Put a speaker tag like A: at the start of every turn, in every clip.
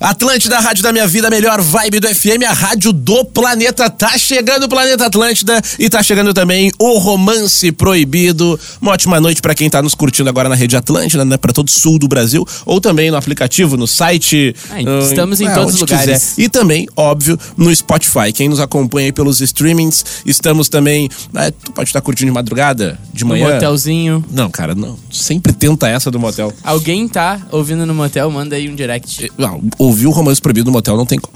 A: Atlântida, a rádio da minha vida, a melhor vibe do FM, a rádio do planeta. Tá chegando o Planeta Atlântida e tá chegando também o Romance Proibido. Uma ótima noite pra quem tá nos curtindo agora na Rede Atlântida, né? Pra todo o sul do Brasil, ou também no aplicativo, no site.
B: Ah, estamos em todos os
A: onde
B: lugares.
A: E também, óbvio, no Spotify. Quem nos acompanha aí pelos streamings, estamos também. né, tu pode estar curtindo de madrugada, de
B: Um
A: manhã.
B: motelzinho.
A: Não, cara, não. Sempre tenta essa do motel.
B: Alguém tá ouvindo no motel, manda aí um direct.
A: Não, ah, ouvir o romance proibido no motel não tem como.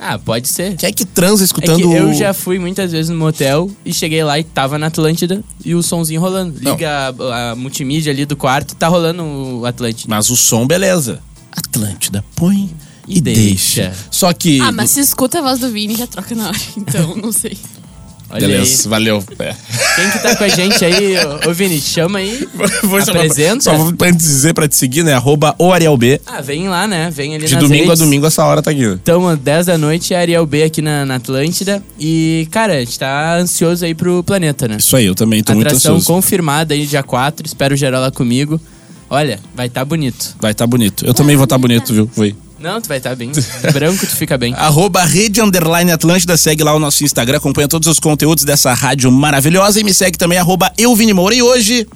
B: Ah, pode ser.
A: Quem é que transa
B: É
A: escutando
B: que eu
A: o-
B: já fui muitas vezes no motel e cheguei lá e tava na Atlântida e o somzinho rolando. Liga a, a multimídia ali do quarto, tá rolando o Atlântida.
A: Mas o som, beleza. Atlântida, põe e,
B: E
A: deixa.
B: deixa.
A: Só que.
C: Ah, mas se escuta a voz do Vini, já troca na hora. Então, não sei.
B: Olha
A: Beleza, valeu. É.
B: aí. Quem que tá com a gente aí, ô, ô Vini, chama aí.
A: Vou chamar pra-
B: Apresenta.
A: Só vou pra te dizer pra te seguir, né? Arroba o Ariel B.
B: Ah, vem lá, né? Vem ali
A: De
B: nas
A: domingo a
B: redes.
A: domingo, essa hora tá aqui.
B: Então, às 10 da noite, é Ariel B aqui na, na Atlântida. E, cara, a gente tá ansioso aí pro planeta, né?
A: Isso aí, eu também tô muito
B: Atração
A: ansioso.
B: confirmada aí dia 4, espero geral lá comigo. Olha, vai tá bonito.
A: Vai tá bonito. Eu também vou tá bonito, viu? Foi.
B: Não, tu vai tá bem. Branco tu fica bem.
A: Arroba Rede Underline Atlântida, segue lá o nosso Instagram, acompanha todos os conteúdos dessa rádio maravilhosa e me segue também, arroba eu, Vini Moura. E hoje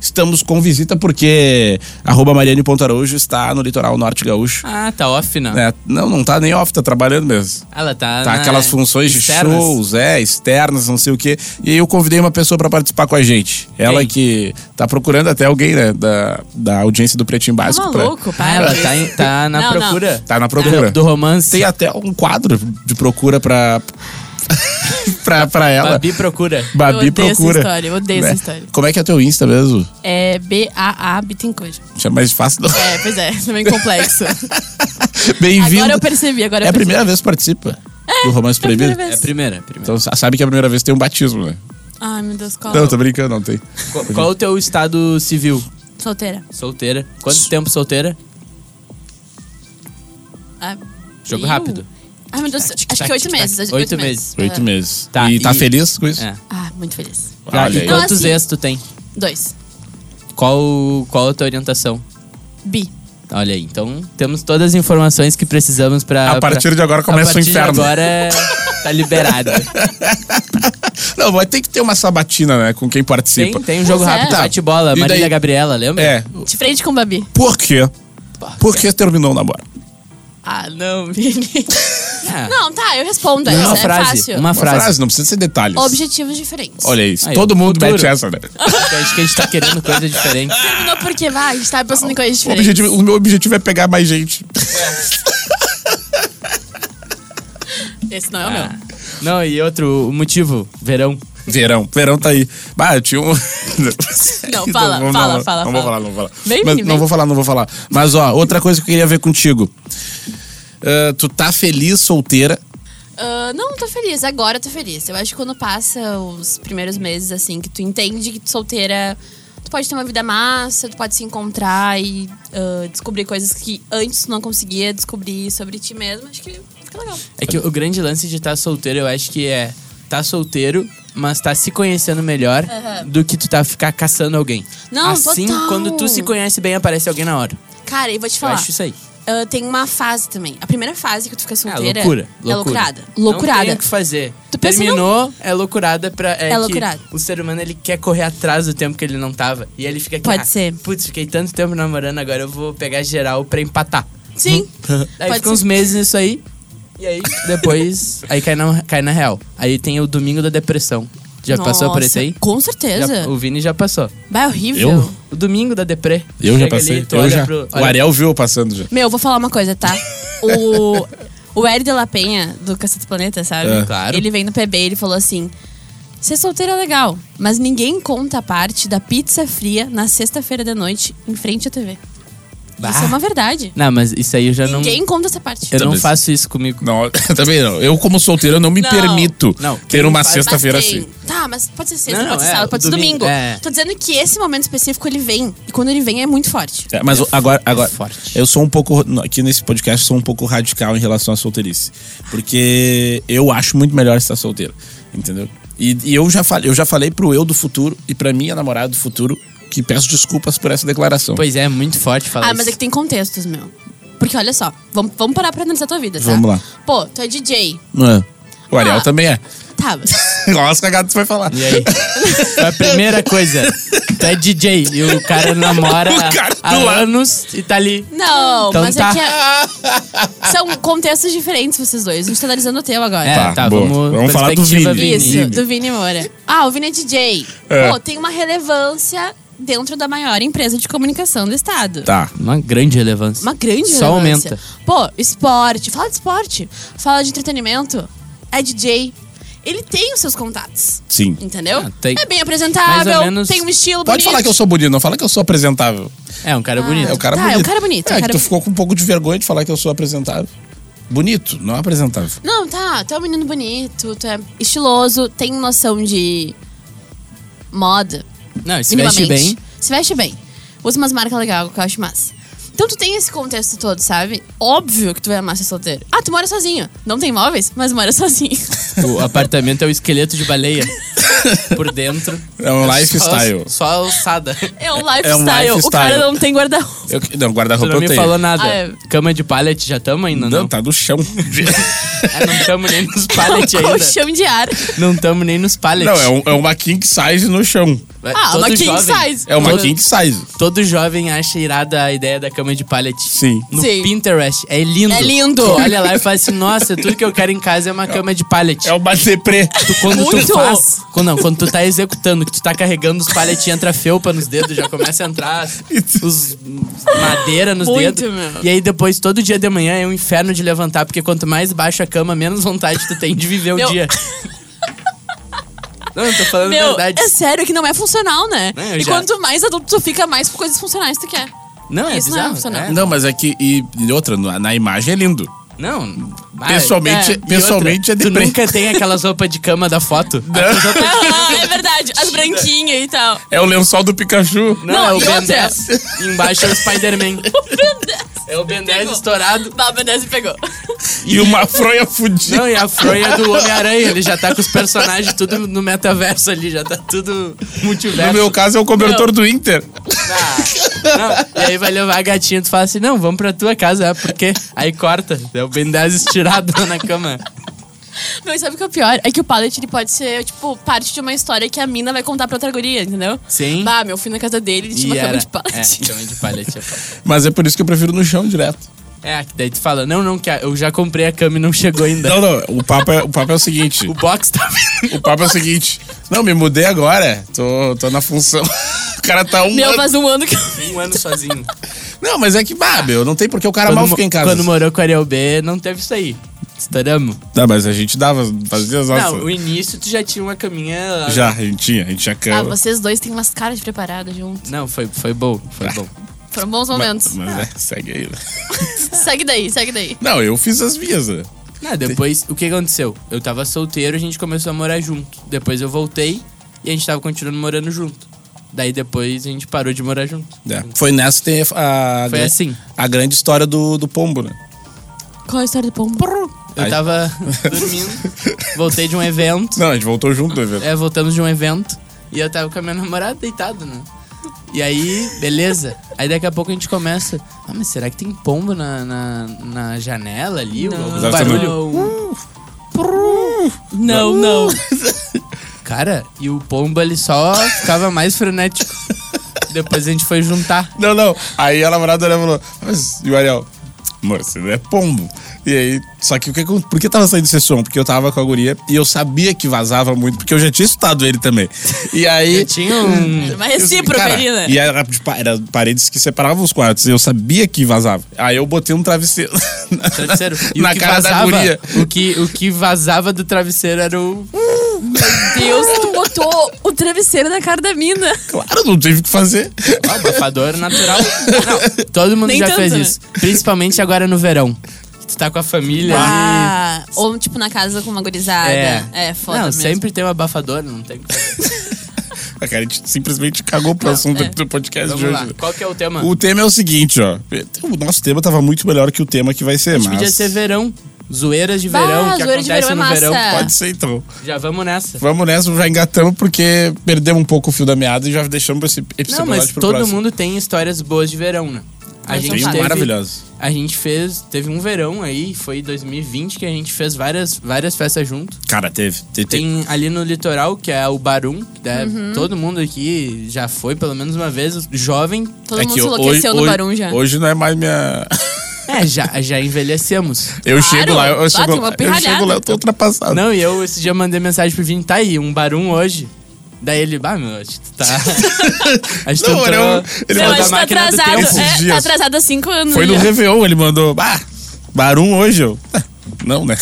A: estamos com visita porque arroba Mariane Pontarojo está no litoral norte gaúcho.
B: Ah, tá off não.
A: É, não, não tá nem off, tá trabalhando mesmo.
B: Ela tá.
A: Tá
B: na-
A: aquelas funções de
B: externas.
A: shows, é, externas, não sei o quê. E aí eu convidei uma pessoa pra participar com a gente. Ela
B: Quem?
A: que tá procurando até alguém, né, da, da audiência do Pretinho Básico.
C: Tá
A: pra-
C: maluco,
B: Ah,
C: para.
B: ela tá, em- tá na
C: Não, não.
B: procura.
A: Tá na procura.
B: Do, do romance.
A: Tem até um quadro de procura pra. pra, pra ela.
B: Babi procura. É
A: Babi
C: eu odeio
A: procura.
C: essa história, eu odeio
A: né?
C: essa história.
A: Como é que é teu Insta mesmo?
C: É B-A-A Bittencourt.
A: Isso é mais fácil. não.
C: É, pois é, também complexo.
A: Bem-vindo.
C: agora eu percebi, agora
A: É
C: eu
A: a
C: percebi.
A: primeira vez que participa do Romance Proibido.
C: primeira
B: É a
C: vez.
B: primeira, a primeira.
A: Então sa- sabe que a primeira vez tem um batismo, né?
C: Ai, meu Deus, qual?
A: Não, tô brincando, não tem.
B: Qual, qual o teu estado civil?
C: Solteira.
B: Solteira. Quanto tempo solteira?
C: Ah,
B: Jogo
C: Ih,
B: rápido.
C: Ai, meu Deus, acho que oito meses. acho que
B: Oito meses.
A: Oito
C: É.
A: meses.
B: Tá,
A: e tá
B: e-
A: feliz com isso?
B: É.
C: Ah, muito feliz.
B: Tá,
A: Olha
B: e
A: aí.
C: Não,
B: quantos
C: assim-
B: ex tu tem?
C: Dois.
B: Qual, qual a tua orientação?
C: Bi.
B: Olha aí, então temos todas as informações que precisamos pra.
A: A partir
B: pra-
A: de agora começa o
B: a partir
A: inferno.
B: De agora é- tá liberado.
A: Não, vai ter que ter uma sabatina, né? Com quem
B: tem,
A: participa.
B: tem um jogo
C: Pois é.
B: rápido,
A: Tá.
B: bate-bola,
A: E
B: Marília
A: daí?
B: Gabriela, lembra?
A: É.
C: De frente com o Babi.
A: Por quê? Por que terminou o namoro?
C: Ah, não, Vini.
B: Ah,
C: Não, tá, eu respondo essa.
B: uma,
C: é
B: frase,
C: fácil.
B: uma
A: Uma frase.
B: frase,
A: não precisa ser detalhes.
C: Objetivos diferentes.
A: Olha isso.
B: Aí,
A: Todo
B: ó,
A: mundo
B: futuro.
A: mete essa, né?
B: Acho que a gente tá querendo coisa diferente.
C: Terminou porque vai, a gente tava pensando em
A: O,
C: coisas diferentes.
A: objetivo, o meu objetivo é pegar mais gente.
C: Esse não é o
B: Ah.
C: meu.
B: Não, e outro o motivo, verão.
A: Verão, verão tá aí. Bah, eu tinha um.
C: Não, fala,
A: vou- não,
C: fala, fala,
A: Não
C: fala.
A: vou falar, não vou falar.
C: Vem,
A: Mas,
C: Vini,
A: não
C: vem.
A: vou falar, não vou falar. Mas, ó, outra coisa que eu queria ver contigo. Ah, tu tá feliz solteira?
C: Ah, não, tô feliz. Agora eu tô feliz. Eu acho que quando passa os primeiros meses, assim, que tu entende que tu solteira, tu pode ter uma vida massa, tu pode se encontrar e ah, descobrir coisas que antes tu não conseguia descobrir sobre ti mesmo. Acho que fica legal.
B: É que o grande lance de estar solteiro, eu acho que é tá solteiro, mas tá se conhecendo melhor
C: Aham.
B: do que tu tá ficar caçando alguém.
C: Não,
B: assim,
C: total.
B: quando tu se conhece bem, aparece alguém na hora.
C: Cara, e vou te
B: Eu
C: falar.
B: acho isso aí.
C: ah, tem uma fase também. A primeira fase que tu fica solteira.
B: é loucura,
C: É
B: loucura.
C: loucurada.
B: Não
C: Loucurada.
B: tem o que fazer.
C: Tu pensa,
B: Terminou, é loucurada pra. É,
C: É
B: que
C: loucurada.
B: O ser humano ele quer correr atrás do tempo que ele não tava. E ele fica aqui.
C: Pode
B: ah,
C: ser.
B: Putz, fiquei tanto tempo namorando, agora eu vou pegar geral pra empatar.
C: Sim.
B: Aí
C: Pode
B: fica
C: ser.
B: uns meses nisso aí. E aí, depois. aí cai na, cai na real. Aí tem o domingo da depressão. Já passou por
C: Nossa,
B: esse aí?
C: Com
B: Já-
C: certeza.
B: o Vini já passou.
C: Vai horrível.
A: Eu?
B: O domingo da deprê.
A: Eu já
B: Chega
A: passei.
B: ali, tu
A: eu
B: olha
A: já.
B: pro-
A: O
B: olha-
A: Ariel viu eu passando já.
C: Meu, vou falar uma coisa, tá? O, o Eric de La Penha, do Cacete Planeta, sabe?
A: É.
B: Claro.
C: Ele vem no PB e ele falou assim: ser solteiro é legal, mas ninguém conta a parte da pizza fria na sexta-feira da noite em frente à TV. Isso é uma verdade.
B: Não, mas isso aí eu já não.
C: Ninguém conta essa parte.
B: Eu não
D: Talvez.
B: faço isso comigo.
A: Não, também não. Eu, como solteiro, eu não me
C: Não.
A: permito
B: Não.
A: ter uma
B: Mas
C: Mas
A: sexta-feira
C: tem.
A: assim.
C: Tá, mas pode ser sexta,
B: Não,
C: pode ser
B: é,
C: sábado, pode ser
B: domingo,
C: domingo.
B: é.
C: Tô dizendo que esse momento específico ele vem. E quando ele vem é muito forte.
D: É, mas o- agora, agora
B: forte.
D: eu sou um pouco, aqui nesse podcast, sou um pouco radical em relação à solteirice. Porque eu acho muito melhor estar solteiro, entendeu? E, e eu, já falei, eu já falei pro eu do futuro e pra minha namorada do futuro que peço desculpas por essa declaração.
B: Pois é, é muito forte falar
C: Ah,
B: isso.
C: mas é que tem contextos, meu. Porque olha só, vamos, vamos parar pra analisar a tua vida, tá?
D: Vamos lá.
C: Pô, tu é DJ.
D: Não é?
A: O Ariel
C: Ah.
A: também é.
C: Tá, mas.
A: Olha as cagadas que você vai falar.
B: E aí? Foi a primeira coisa. Tu é DJ e o cara namora
A: O cara
B: há
A: do lado.
B: anos e tá ali.
C: Não,
B: Então
C: mas
B: tá.
C: é que é- são contextos diferentes vocês dois. A gente tá analisando o teu agora.
B: É,
A: Tá,
B: tá,
A: boa.
B: vamos.
A: Vamos falar do
B: perspectiva
A: Vini.
C: Isso,
A: Vini.
C: do Vini Moura. Ah, o Vini é DJ.
A: É.
C: Pô, tem uma relevância dentro da maior empresa de comunicação do estado.
D: Tá.
B: Uma grande relevância.
C: Uma grande
B: Só
C: relevância.
B: aumenta.
C: Pô, esporte. Fala de esporte. Fala de entretenimento. É DJ. Ele tem os seus contatos.
D: Sim.
C: Entendeu?
B: Ah, tem-
C: É bem apresentável,
B: Mais ou menos-
C: tem um estilo
A: Pode
C: bonito.
A: falar que eu sou bonito, não fala que eu sou apresentável.
B: É, um cara bonito.
A: É o cara
C: Tá, é
A: bonito.
C: o cara bonito, é o
A: É, que
C: cara
A: tu
C: bonito.
A: ficou com um pouco de vergonha de falar que eu sou apresentável. Bonito, não apresentável.
C: Não, tá, tu é um menino bonito, tu é estiloso, tem noção de moda.
B: Não, se
C: minimamente.
B: veste bem.
C: Se veste bem. Usa umas marcas legais, que eu acho massa. Então tu tem esse contexto todo, sabe? Óbvio que tu vai amar ser solteiro. Ah, tu mora sozinho. Não tem móveis, mas mora sozinho.
B: O apartamento é o esqueleto de baleia. Por dentro.
A: É um lifestyle.
B: Só, só a alçada.
C: É um lifestyle. o
A: lifestyle.
C: cara não tem guarda-roupa.
A: Eu, não,
B: Tu
A: guarda-roupa
B: não
A: eu
B: me
A: tenho.
B: falou nada.
C: Ah, é.
B: Cama de pallet já tamo ainda,
A: não,
B: não?
A: tá no chão.
B: Ah, não tamo nem nos pallet ainda. É
C: Colchão de ar.
B: Não tamo nem nos pallet. É,
A: não, é, um- é uma king size no chão.
C: Ah, uma
B: Todo
C: king
B: jovem-
C: size.
A: É uma
B: Todo-
A: king size.
B: Todo jovem acha irada a ideia da cama de pallet.
A: Sim.
B: No
C: Sim.
B: Pinterest. É lindo.
C: É lindo.
B: Tu olha lá e fala assim, nossa, tudo que eu quero em casa é uma cama de pallet.
A: É uma deprê.
B: Tu, quando tu
C: Muito.
B: faz... Quando, não, quando tu tá executando, que tu tá carregando os pallet e entra felpa nos dedos, já começa a entrar os madeira nos
C: Muito,
B: dedos.
C: meu.
B: E aí depois, todo dia de manhã, é um inferno de levantar, porque quanto mais baixa a cama, menos vontade tu tem de viver o
C: Meu.
B: dia. Não, eu tô falando a
C: Meu,
B: verdade.
C: é sério que não é funcional, né?
B: Não, eu
C: e
B: já-
C: quanto mais adulto tu fica, mais coisas funcionais tu quer.
B: Não, é
C: isso não é
B: bizarro.
C: funcional.
B: é.
A: Não, mas é que. E, e outra, na, na imagem é lindo.
B: Não. ah,
A: Pessoalmente-
B: e
A: pessoalmente é
B: Tu
A: deprê.
B: nunca tem aquelas roupas de cama da foto?
C: Ah, é verdade. As branquinhas e tal.
A: É o lençol do Pikachu.
B: Não,
C: Não,
B: é o
C: e
B: Ben
C: outra?
B: 10. Embaixo é o Spider-Man. É o Ben 10 estourado.
C: Baba Ness pegou.
A: E uma fronha fudida.
B: Não, e a fronha do Homem-Aranha. Ele já tá com os personagens tudo no metaverso ali. Já tá tudo multiverso.
A: No meu caso, é o cobertor do Inter.
B: Ah, não. E aí vai levar a gatinha tu fala assim, não, vamos pra tua casa. Ah, por quê? Aí corta. É o Ben 10 estirado na cama.
C: Meu, sabe o que é o pior? É que o pallet ele pode ser, tipo, parte de uma história que a mina vai contar pra outra guria, entendeu?
B: Sim.
C: Bah, meu, fui na casa dele, ele
B: E
C: tinha uma
B: era-
C: cama de pallet.
B: É, cama de pallet. é foda.
A: Mas é por isso que eu prefiro no chão direto.
B: É, que daí tu fala, não, não, que a- eu já comprei a cama e não chegou ainda.
A: Não, não. O papo é o, papo é o seguinte.
B: O box tá vindo.
A: O papo é o seguinte. Não, me mudei agora. Tô, tô na função. O cara tá um.
C: Meu,
A: ano-
C: faz um ano que eu...
B: Um ano sozinho.
A: Não, mas é que, bah, meu, não tem porque o cara
B: Quando,
A: mal
B: mo-
A: fica em casa.
B: quando morou com o Ariel B, não teve isso aí. Estouramos.
A: Não, Tá, mas a gente dava, fazia as nossas.
B: Não, o início tu já tinha uma caminha. lá.
A: Já, a gente tinha, a gente tinha
C: Ah,
A: cama.
C: vocês dois têm umas caras de preparado junto.
B: Não, foi, foi bom, foi
A: Ah,
B: bom.
C: Foram bons momentos.
A: Mas, mas é, segue aí. né?
C: Segue daí, segue daí.
A: Não, eu fiz as minhas. né?
B: Não, depois, o que aconteceu? Eu tava solteiro, a gente começou a morar junto. Depois eu voltei e a gente tava continuando morando junto. Daí depois a gente parou de morar junto.
A: É.
D: Foi nessa que tem a, a
B: Foi
D: gran-
B: assim.
D: a grande história do, do pombo, né?
C: Qual é a história do pombo?
B: Eu
A: Ai.
B: tava dormindo, voltei de um evento.
A: Não, a gente voltou junto, né, velho?
B: É, voltamos de um evento e eu tava com a minha namorada deitado, né? E aí, beleza. Aí daqui a pouco a gente começa. Ah, mas será que tem pombo na, na, na janela ali? Algum
A: Deve ser
B: barulho?
A: Uh,
C: Não, não.
B: Cara, e o pombo ele só ficava mais frenético. Depois a gente foi juntar.
A: Não, não. Aí a namorada olhou e falou: Mas, e o Ariel? Amor, você não é pombo. E aí, só que o que acon- por que tava saindo esse som? Porque eu tava com a guria e eu sabia que vazava muito, porque eu já tinha estudado ele também. E aí.
B: Eu tinha um.
C: Mas recíproca,
A: Cara,
C: ali, né?
A: E era, de pa- era paredes que separavam os quartos. e Eu sabia que vazava. Aí eu botei um travesseiro. na-
B: Travesseiro. E
A: na
B: o que
A: cara da
B: vazava,
A: guria.
B: O que, o que vazava do travesseiro era o.
C: Meu Deus, tu botou o travesseiro na cara da mina.
A: Claro, não tive o que fazer.
B: Ah, abafador natural. Não, todo mundo
C: Nem
B: já
C: tanto,
B: fez
C: né?
B: isso. Principalmente agora no verão. Que Tu tá com a família ali.
C: Ah, ou tipo na casa com uma gurizada. É, foda
B: Não,
C: mesmo.
B: sempre tem um abafador, não tem. o que fazer.
A: A cara a gente simplesmente cagou pro assunto
C: é.
A: do podcast de
B: Vamos
A: hoje.
B: lá. Qual que é o tema?
A: O tema é o seguinte, ó. O nosso tema tava muito melhor que o tema que vai ser, mas...
B: Podia ser verão. Zoeiras de
C: Bah,
B: verão, que
C: zoeira de
B: acontece
C: verão é
B: no verão.
C: massa.
A: Pode ser, então.
B: Já vamos nessa.
A: Vamos nessa, já engatamos, porque perdemos um pouco o fio da meada e já deixamos esse episódio
B: Não, mas
A: pro
B: todo
A: próximo.
B: mundo tem histórias boas de verão, né? A
C: Mas
B: gente
C: não
A: Tem um
C: faz.
B: teve,
A: maravilhoso.
B: A gente fez, teve um verão aí, foi 2020 que a gente fez várias, várias festas junto.
A: Cara, teve. Te- te-
B: Tem ali no litoral, que é o Barum, que é-
C: Uhum.
B: todo mundo aqui já foi pelo menos uma vez, jovem.
C: Todo
A: é
C: mundo
A: que
C: se
A: ho-
C: enlouqueceu no
A: hoje,
C: Barum já.
A: Hoje não é mais minha...
B: É, já, já envelhecemos.
A: Eu chego lá, eu, eu
C: Ah,
A: chego,
C: tem uma
A: eu chego
C: pirralhada.
A: lá, eu tô ultrapassado.
B: Não, e eu esse dia mandei mensagem pro Vini, tá aí, um Barum hoje. Daí ele, bah, meu, acho que tu tá. acho que tu
A: Não,
B: entrou-
A: era um- ele mandou
C: Não, a gente
A: da
C: tá
B: máquina do
C: atrasado.
B: tempo.
A: esses
C: É, tá
A: dias.
C: atrasado há cinco anos.
A: Foi no
C: já.
A: Réveillon, ele mandou... Ah, Barum hoje, eu... "Ah, Não, né?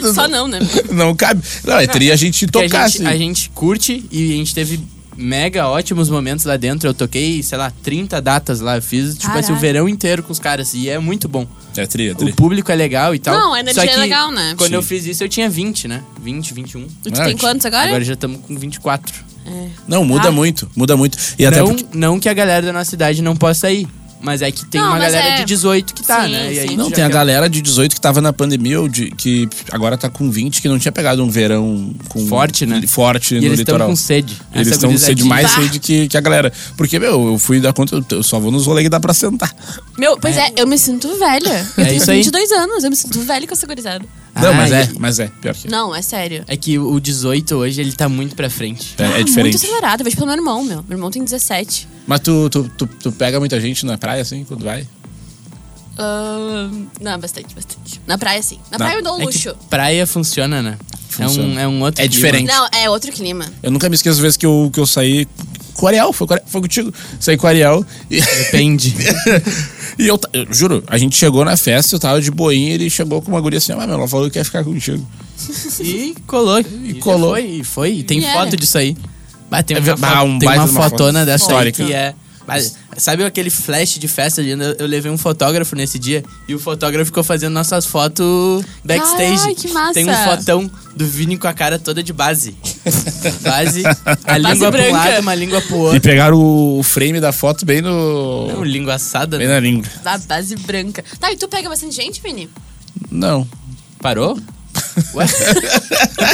B: Não.
C: Só não, né?
A: Não cabe. Não, é teria a gente
B: Porque a
A: tocar,
B: gente,
A: assim.
B: a gente curte e a gente teve mega ótimos momentos lá dentro. Eu toquei, sei lá, 30 datas lá. Eu fiz, tipo assim, o
C: Caralho.
B: verão inteiro com os caras. E é muito bom.
A: É tria,
B: O
A: tria.
B: público é legal e tal.
C: Não, a energia
B: Só que
C: é legal, né?
B: Quando
C: Sim.
B: eu fiz isso, eu tinha 20, né? 20, 21.
C: E Tu
A: Ah,
C: tem quantos agora?
B: Agora já estamos com 24.
C: É.
A: Não, muda
C: Ah.
A: muito, muda muito. E até
B: Não,
A: porque...
B: não que a galera da nossa idade não possa ir. Mas é que tem
C: Não,
B: uma
C: mas
B: galera
C: é-
B: de 18 que tá,
C: Sim,
B: né? E aí
C: sim.
A: Não,
B: já
A: tem a
B: quer-
A: galera de 18 que tava na pandemia, ou de, que agora tá com 20, que não tinha pegado um verão com-
B: Forte, né?
A: Forte
B: E
A: no
B: eles estão
A: litoral.
B: com sede.
A: Eles
B: Essa
A: estão com sede
B: gurizadinha.
A: mais
C: Bah.
A: sede que, que a galera. Porque, meu, eu fui dar conta, eu- eu só vou nos rolês que dá pra sentar.
C: Meu, pois é. eu me sinto velha. Eu
B: É
C: tenho
B: isso aí.
C: 22 anos, eu me sinto velha com essa gurizada.
A: não,
B: Ah,
A: mas é,
B: e-
A: mas é, pior que é.
C: Não, é sério.
B: É que o 18 hoje, ele tá muito pra frente.
A: É, é
C: Muito
A: diferente.
C: acelerado. Eu vejo pelo meu irmão, meu. Meu irmão tem 17.
A: Mas tu, tu, tu, tu pega muita gente na praia, assim, quando vai?
C: Ahn, não, bastante, bastante. Na praia, sim. Na
A: Não,
C: praia eu dou
B: É que
C: um luxo.
B: praia funciona, né?
A: Funciona.
B: É, um, é um outro
A: É
B: clima.
A: diferente.
C: Não, é outro clima.
A: Eu nunca me esqueço da vez que eu, que eu saí com o Ariel, foi, com o Ariel- foi contigo. Saí com o Ariel e.
C: é
B: Depende.
A: e eu, ta- eu juro, a gente chegou na festa, eu tava de boinha, ele chegou com uma guria assim, ah, mas meu, ela falou que ia ficar contigo.
B: e colou. E
A: colou.
B: já Foi, e foi. E tem
C: E é. era.
B: foto disso aí. Bah, tem
A: É
B: uma,
A: ver- bah,
B: fo-
A: um
B: tem
A: baita
B: uma
A: de uma
B: fotona
A: foto.
B: dessa
A: Histórica.
B: aí que é... Mas, sabe aquele flash de festa? ali? Eu levei um fotógrafo nesse dia e o fotógrafo ficou fazendo nossas fotos backstage.
C: Carai, que massa.
B: Tem um fotão do Vini com a cara toda de base. base, a língua pra um
C: branca.
B: lado, uma língua pro
A: E
B: outro.
A: pegaram o o frame da foto bem no.
B: Não, língua assada,
A: bem
B: né?
A: na língua.
C: Da base branca. Tá, e tu pega bastante gente, Vini?
A: Não.
B: Parou? Ué?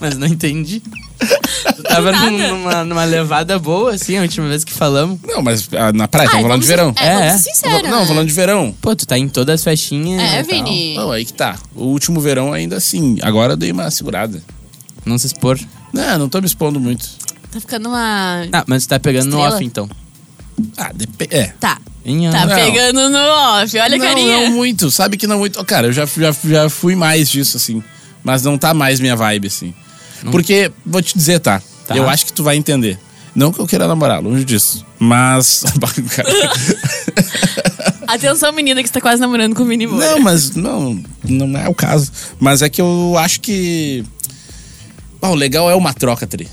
B: Mas não entendi. Eu tava
C: nada.
B: num- numa, numa levada boa, assim, a última vez que falamos.
A: Não, mas ah, na praia,
C: Ah,
A: tamo falando
C: vamos
A: de
C: ser-
A: verão.
C: É,
B: É,
C: vamos
B: é.
C: ser sincero,
A: não,
C: né?
A: falando de verão.
B: Pô, tu tá em todas as festinhas.
C: É,
B: e tal.
C: Vini.
A: Não, aí que tá. O último verão ainda assim. Agora eu dei uma segurada.
B: Não se expor.
A: Não, não tô me expondo muito.
C: Tá ficando uma.
B: Ah, mas tu tá pegando no
C: Estrela.
B: off, então.
A: Ah, depende. É.
C: Tá.
B: Em
C: Tá
A: Não.
C: pegando no off. Olha a
A: não,
C: é carinha.
A: não muito. Sabe que não muito. Ó, Cara, eu já, já, já fui mais disso, assim. Mas não tá mais minha vibe, assim. Porque, vou te dizer, tá,
B: Tá.
A: Eu acho que tu vai entender. Não que eu queira namorar, longe disso. Mas. Cara.
C: Atenção, menina, que você tá quase namorando com o Vini Moura.
A: Não, mas não, não é o caso. Mas é que eu acho que. Ah, o legal é uma troca, Tri.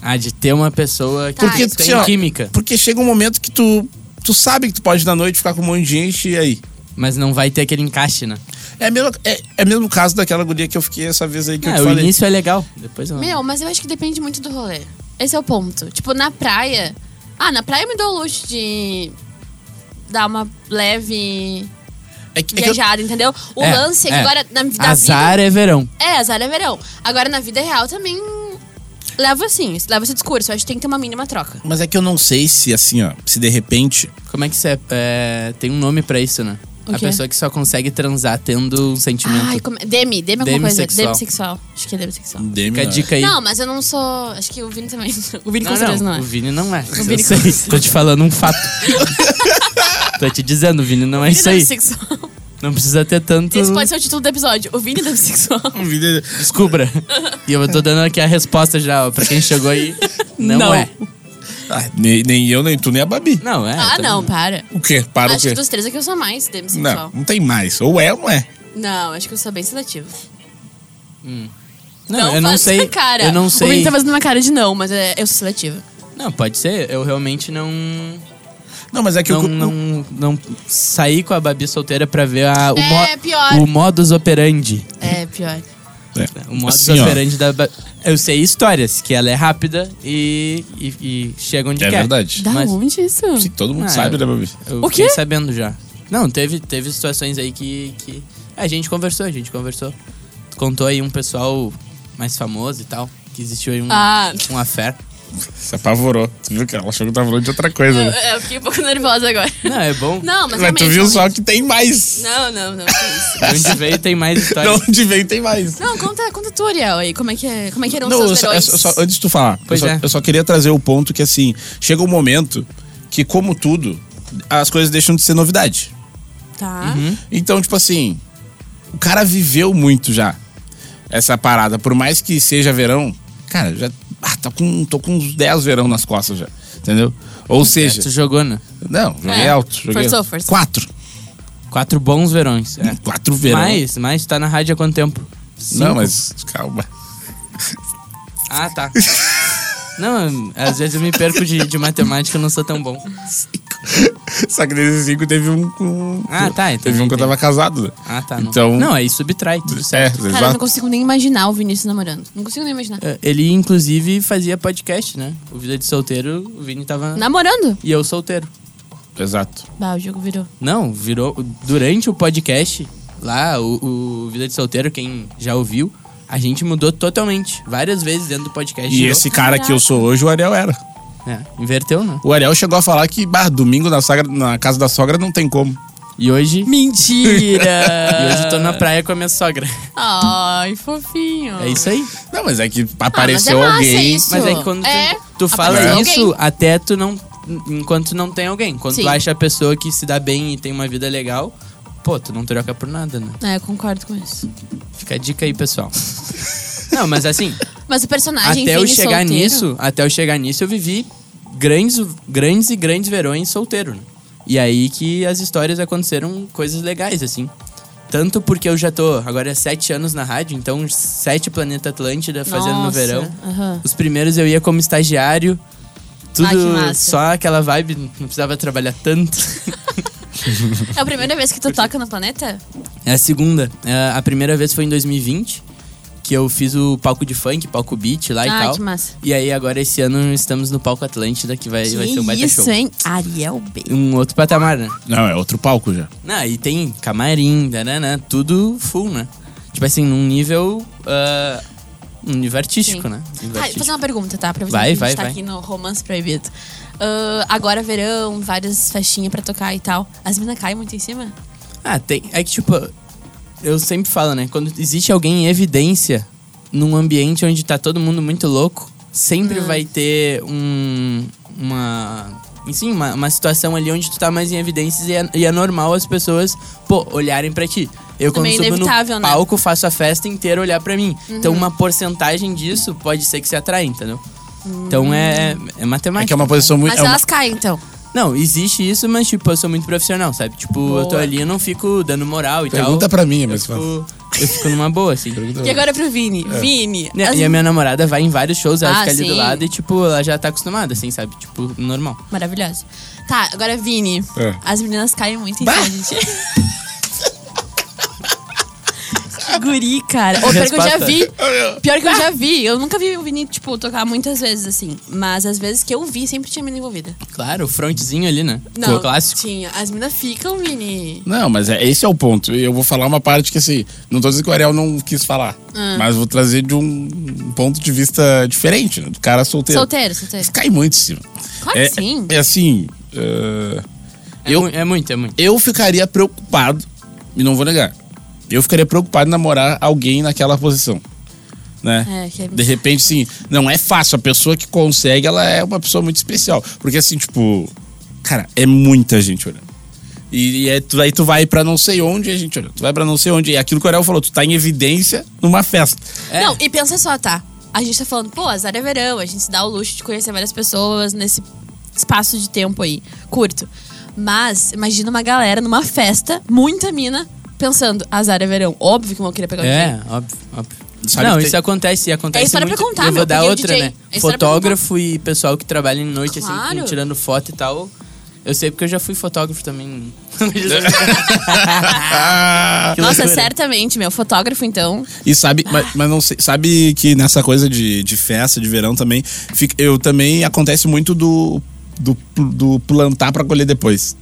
B: Ah, de ter uma pessoa que
C: Tá,
A: Porque,
C: isso
A: tu-
B: tem
A: assim, ó,
B: química,
A: Porque chega um momento que tu. Tu sabe que tu pode na noite ficar com um monte de gente e aí.
B: mas não vai ter aquele encaixe, né?
A: É mesmo, é, é mesmo caso daquela guria que eu fiquei essa vez aí que eu
B: Ah,
A: te
B: o
A: falei.
B: início é legal, depois não.
C: Meu, mas eu acho que depende muito do rolê. Esse é o ponto. Tipo, na praia. Ah, na praia eu me dou o luxo de dar uma leve
A: É que, é que eu-
C: viajada, entendeu? O
B: É,
C: lance é que
B: é.
C: agora na, na
B: Azar é verão.
C: vida. É, azar é verão. Agora na vida real também leva assim, leva esse discurso. Eu acho que tem que ter uma mínima troca.
A: mas é que eu não sei se assim, ó, se de repente.
B: Como é que isso é? É, Tem um nome pra isso, né?
C: O
B: A
C: quê?
B: pessoa que só consegue transar tendo um sentimento.
C: Ai, como... Demi, Demi alguma coisa.
B: Demissexual.
C: Demissexual. Acho que é demissexual.
A: Demi,
B: Fica a
A: né?
B: dica aí.
C: Não, mas eu não sou. Acho que o Vini também. O Vini com
B: não,
C: certeza não é.
B: O Vini não é. Eu
C: Vini
B: sei.
C: com certeza.
B: Tô te falando um fato. Tô te dizendo, o Vini não é
C: Vini
B: isso aí.
C: demissexual.
B: Não precisa ter tanto.
C: Esse pode ser um o título do episódio. O Vini demissexual.
A: O Vini-
B: Descubra. E eu tô dando aqui a resposta já, ó, pra quem chegou aí. Não,
C: Não.
B: é.
A: Ah, nem, nem eu, nem tu, nem a Babi.
B: Não é.
C: Ah,
B: tá-
C: não, para.
A: O quê?
B: Ah,
A: Para
C: acho
A: o
C: que
A: quê?
C: dos três aqui eu sou mais demissexual.
A: Não, não tem mais. Ou é ou não é.
C: Não, acho que eu sou bem sedativa.
B: Não,
C: não
B: eu não
C: faz
B: sei.
C: essa cara.
B: Eu não sei.
C: O Vini tá fazendo uma cara de não, mas é, eu sou seletiva.
B: Não, pode ser. Eu realmente não.
A: Não, mas é que
B: não,
A: o.
B: não, não saí com a Babi solteira pra ver a, o,
C: É, pior.
B: o modus operandi.
C: É, pior.
B: O modus
A: Assim, ó.
B: operandi da Babi. Eu sei histórias, que ela é rápida e, e, e chega onde
A: É
B: quer.
A: verdade.
C: Da
B: Mas-
C: onde isso?
A: Sim, todo mundo
B: Ah,
A: sabe, né, Babi?
B: Eu
C: O
B: fiquei
C: quê?
B: sabendo já. Não, teve, teve situações aí que, que. É, A gente conversou, a gente conversou. Tu Contou aí um pessoal mais famoso e tal. Que existiu aí um,
C: Ah.
B: um affair.
A: Se apavorou. Tu viu que ela achou que tava falando de outra coisa,
C: Eu,
A: né?
C: eu fiquei um pouco nervosa agora.
B: Não, é bom.
C: Não, mas,
A: Mas tu
C: realmente,
A: viu só
C: realmente.
A: que tem mais.
C: Não, não, não, que isso.
B: De onde veio tem mais
A: De
B: histórias.
A: onde veio tem mais.
C: Não, conta, conta tu, Ariel, aí. Como é que, é, como é que eram os
A: Não, eu
C: seus
A: só, eu
C: verões?
A: só- antes de tu falar,
B: Pois
A: eu, só,
B: é.
A: eu só queria trazer o ponto que, assim, chega um momento que, como tudo, as coisas deixam de ser novidade.
C: Tá.
B: Uhum.
A: Então, tipo assim, o cara viveu muito já essa parada. Por mais que seja verão, cara, já ah, tô, com, tô com uns 10 verão nas costas já, entendeu? Ou
B: Tu
A: seja,
B: jogou, né?
A: não, joguei
C: É,
A: alto. Joguei
C: forçou, forçou.
A: Quatro. né?
B: Quatro bons verões. É.
A: Quatro verão.
B: Mais, mais, tu tá na rádio há quanto tempo?
A: Não, mas calma.
B: Ah, tá. Não, às vezes eu me perco de, de matemática, eu não sou tão bom.
A: Só que desses cinco teve um com.
B: Ah, tá, entendi,
A: Teve um que eu tava casado. né?
B: Ah, tá. Não.
A: Então.
B: Não, aí subtrai, tudo
A: É,
B: certo.
C: Cara, eu não
A: exato.
C: consigo nem imaginar o Vinícius namorando. Não consigo nem imaginar.
B: É, Ele, inclusive, fazia podcast, né? O Vida de Solteiro, o Vini tava...
C: Namorando?
B: E eu solteiro.
A: Exato.
C: Bah, o jogo virou.
B: Não, virou... Durante o podcast, lá, o, o Vida de Solteiro, quem já ouviu, a gente mudou totalmente. Várias vezes dentro do podcast.
A: E
B: girou.
A: esse cara que eu sou hoje, o Ariel era.
B: É, inverteu, né?
A: O Ariel chegou a falar que, bah, domingo na, sagra- na casa da sogra não tem como.
B: E hoje...
C: Mentira!
B: E hoje eu tô na praia com a minha sogra.
C: Ai, fofinho.
B: É isso aí.
A: Não, mas é que
C: Ah, mas é
A: apareceu
C: massa
A: alguém.
C: isso.
B: Mas é que quando tu-
C: É,
B: tu, fala
C: apareceu
B: isso,
C: alguém.
B: até tu não. Enquanto tu não tem alguém. Quando
C: Sim.
B: tu acha a pessoa que se dá bem e tem uma vida legal, pô, tu não troca por nada, né?
C: É, eu concordo com isso.
B: Fica a dica aí, pessoal. não, mas assim,
C: Mas o personagem
B: até eu
C: Vini
B: chegar
C: solteiro-
B: nisso, até eu chegar nisso, eu vivi grandes, grandes e grandes verões solteiro. né? E aí que as histórias aconteceram coisas legais, assim. Tanto porque eu já tô agora é sete anos na rádio, então sete Planeta Atlântida fazendo no
C: Nossa,
B: verão.
C: aham.
B: Os primeiros eu ia como estagiário. Tudo
C: Ah, que massa.
B: só aquela vibe, não precisava trabalhar tanto.
C: É a primeira vez que tu toca no planeta?
B: É a segunda. É, a primeira vez foi em 2020, que eu fiz o palco de funk, palco beat lá e
C: ah,
B: tal.
C: que massa.
B: E aí agora esse ano estamos no palco Atlântida, que vai, vai ser um baita
C: isso,
B: show.
C: hein? Ariel B.
B: Um outro patamar, né?
A: Não, é outro palco já.
B: Ah, e tem camarim, danana, tudo full, né? Tipo assim, num nível. ah, um nível artístico,
C: Sim.
B: né? Nível
C: Ah, vou
B: artístico.
C: fazer uma pergunta, tá? Pra você
B: Vai,
C: que a gente
B: vai,
C: tá
B: vai.
C: aqui no Romance Proibido. Ah, agora verão, várias festinhas pra tocar e tal. As minas caem muito em cima?
B: Ah, tem. É que, tipo, eu sempre falo, né? Quando existe alguém em evidência num ambiente onde tá todo mundo muito louco, sempre
C: Uhum.
B: vai ter um. Uma. Sim, uma, uma situação ali onde tu tá mais em evidências e é, e é normal as pessoas, pô, olharem pra ti. Eu, quando
C: Meio
B: subo no
C: inevitável, né? Uhum.
B: palco, faço a festa inteira olhar pra mim. Então, uma porcentagem disso pode ser que se atrai, entendeu? Então, é,
C: Hum.
B: é
A: É
B: matemática.
A: que é uma posição muito.
C: Mas
A: é uma-
C: elas caem, então.
B: Não, existe isso, mas, tipo, eu sou muito profissional, sabe? Tipo, eu tô ali, eu não fico dando moral e
A: Pergunta
B: tal.
A: pra mim, mas fala.
B: Eu fico, Tipo, eu fico numa boa, assim.
C: E agora pro Vini. Vini.
B: E a-
C: as-
B: É. Né, E a minha namorada vai em vários shows, ela
C: Ah,
B: fica ali do
C: sim.
B: lado e, tipo, ela já tá acostumada, assim, sabe? Tipo, normal.
C: Maravilhosa. Tá, agora Vini.
A: É.
C: As meninas caem muito em cima, gente. que guri, cara. Ô, pior que eu já
B: Resposta.
C: vi. Pior que eu já vi. Eu nunca vi o Vini, tipo, tocar muitas vezes, assim. Mas as vezes que eu vi, sempre tinha menina envolvida.
B: Claro, o frontzinho ali, né?
C: Não,
B: O clássico.
C: tinha. As meninas ficam, Vini.
A: Não, mas é, esse é o ponto. E Eu vou falar uma parte que, assim, não tô dizendo que o Ariel não quis falar.
C: Ah.
A: Mas vou trazer de um ponto de vista diferente, né? Do cara solteiro.
C: Solteiro, solteiro.
A: Cai muito em cima.
C: Claro
A: é,
C: que sim.
A: É assim. eh,
B: É, mu- é muito, é muito.
A: eu ficaria preocupado, e não vou negar, eu ficaria preocupado em namorar alguém naquela posição. Né?
C: É, que é-
A: De repente, sim, não é fácil. A pessoa que consegue, ela é uma pessoa muito especial. Porque assim, tipo, cara, é muita gente olhando. E, e é, tu, aí tu vai pra não sei onde, a gente olha. Tu vai pra não sei onde. E aquilo que o Ariel falou, tu tá em evidência numa festa.
B: É.
C: Não, e pensa só, tá? A gente tá falando, pô, azar é verão, a gente se dá o luxo de conhecer várias pessoas nesse espaço de tempo aí, curto. Mas, imagina uma galera numa festa, muita mina, pensando, azar é verão. Óbvio que vão querer pegar o
B: É, óbvio, óbvio.
A: Sabe
B: não,
A: que
B: isso
A: tem-
B: acontece, e acontece
C: É história pra
B: muito.
C: contar,
B: Eu
C: meu,
B: vou dar
C: porque o
B: outra,
C: DJ
B: né?
C: é história pra
B: Fotógrafo e pessoal que trabalha em noite, assim,
C: Claro.
B: com- tirando foto e tal. Eu sei porque eu já fui fotógrafo também.
C: Ah.
A: Ah.
B: Que
C: Nossa,
B: loucura.
C: certamente, meu. Fotógrafo, então.
A: E sabe, mas, mas não sei, sabe que nessa coisa de, de festa, de verão também, fica- eu também acontece muito do, do, do plantar pra colher depois.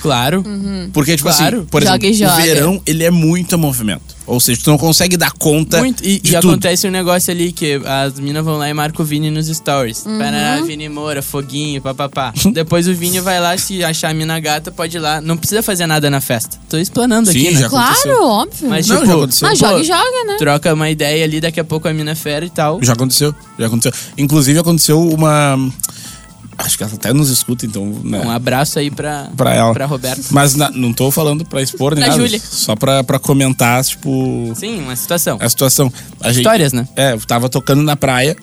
B: Claro.
C: Uhum.
A: Porque, tipo
B: Hum. Claro.
A: assim, por
C: Joga e
A: exemplo, o
C: joga.
A: verão, ele é muito movimento. Ou seja, tu não consegue dar conta
B: Muito. E,
A: de
B: e
A: tudo.
B: acontece um negócio ali que as minas vão lá e marcam o Vini nos stories.
C: Uhum.
B: Paraná, Vini Moura, foguinho, papapá. Depois o Vini vai lá, se achar a mina gata, pode ir lá. Não precisa fazer nada na festa. Tô explanando
A: Sim,
B: aqui, né?
A: já aconteceu.
C: Claro, óbvio.
B: Mas,
A: Não,
B: tipo,
A: já aconteceu.
C: Mas joga e joga, né?
B: Troca uma ideia ali, daqui a pouco a mina é fera e tal.
A: Já aconteceu, já aconteceu. Inclusive, aconteceu uma... Acho que ela até nos escuta, então... né?
B: Um abraço aí pra,
A: Pra ela.
B: pra Roberta.
A: Mas na- não tô falando pra expor nem
C: Pra
A: nada.
C: Júlia.
A: Só pra, pra comentar, tipo,
B: Sim, uma situação.
A: a situação. A gente-
B: Histórias, né?
A: É, eu tava tocando na praia.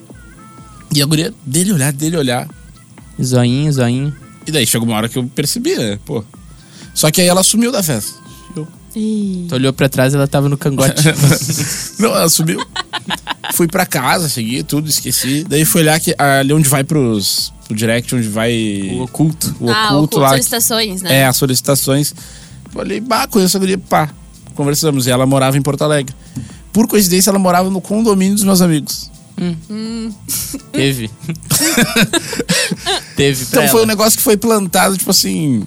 A: E a guria dele olhar, dele olhar.
B: Zoinho, zoinho.
A: E daí chegou uma hora que eu percebi, né? Pô. Só que aí ela sumiu da festa.
C: Ih.
B: Tu olhou pra trás, ela tava no cangote.
A: Não, ela sumiu. Fui pra casa, segui tudo, esqueci. Daí fui olhar que, ali onde vai pros. Pro direct, onde vai.
B: o oculto.
A: o
C: ah, oculto,
A: lá.
C: solicitações, né?
A: É, as solicitações. Olhei, bah, conheço a guria, pá. Conversamos. E ela morava em Porto Alegre. Por coincidência, ela morava no condomínio dos meus amigos.
B: Teve. Teve pra
A: Então foi um
B: ela.
A: negócio que foi plantado, tipo assim,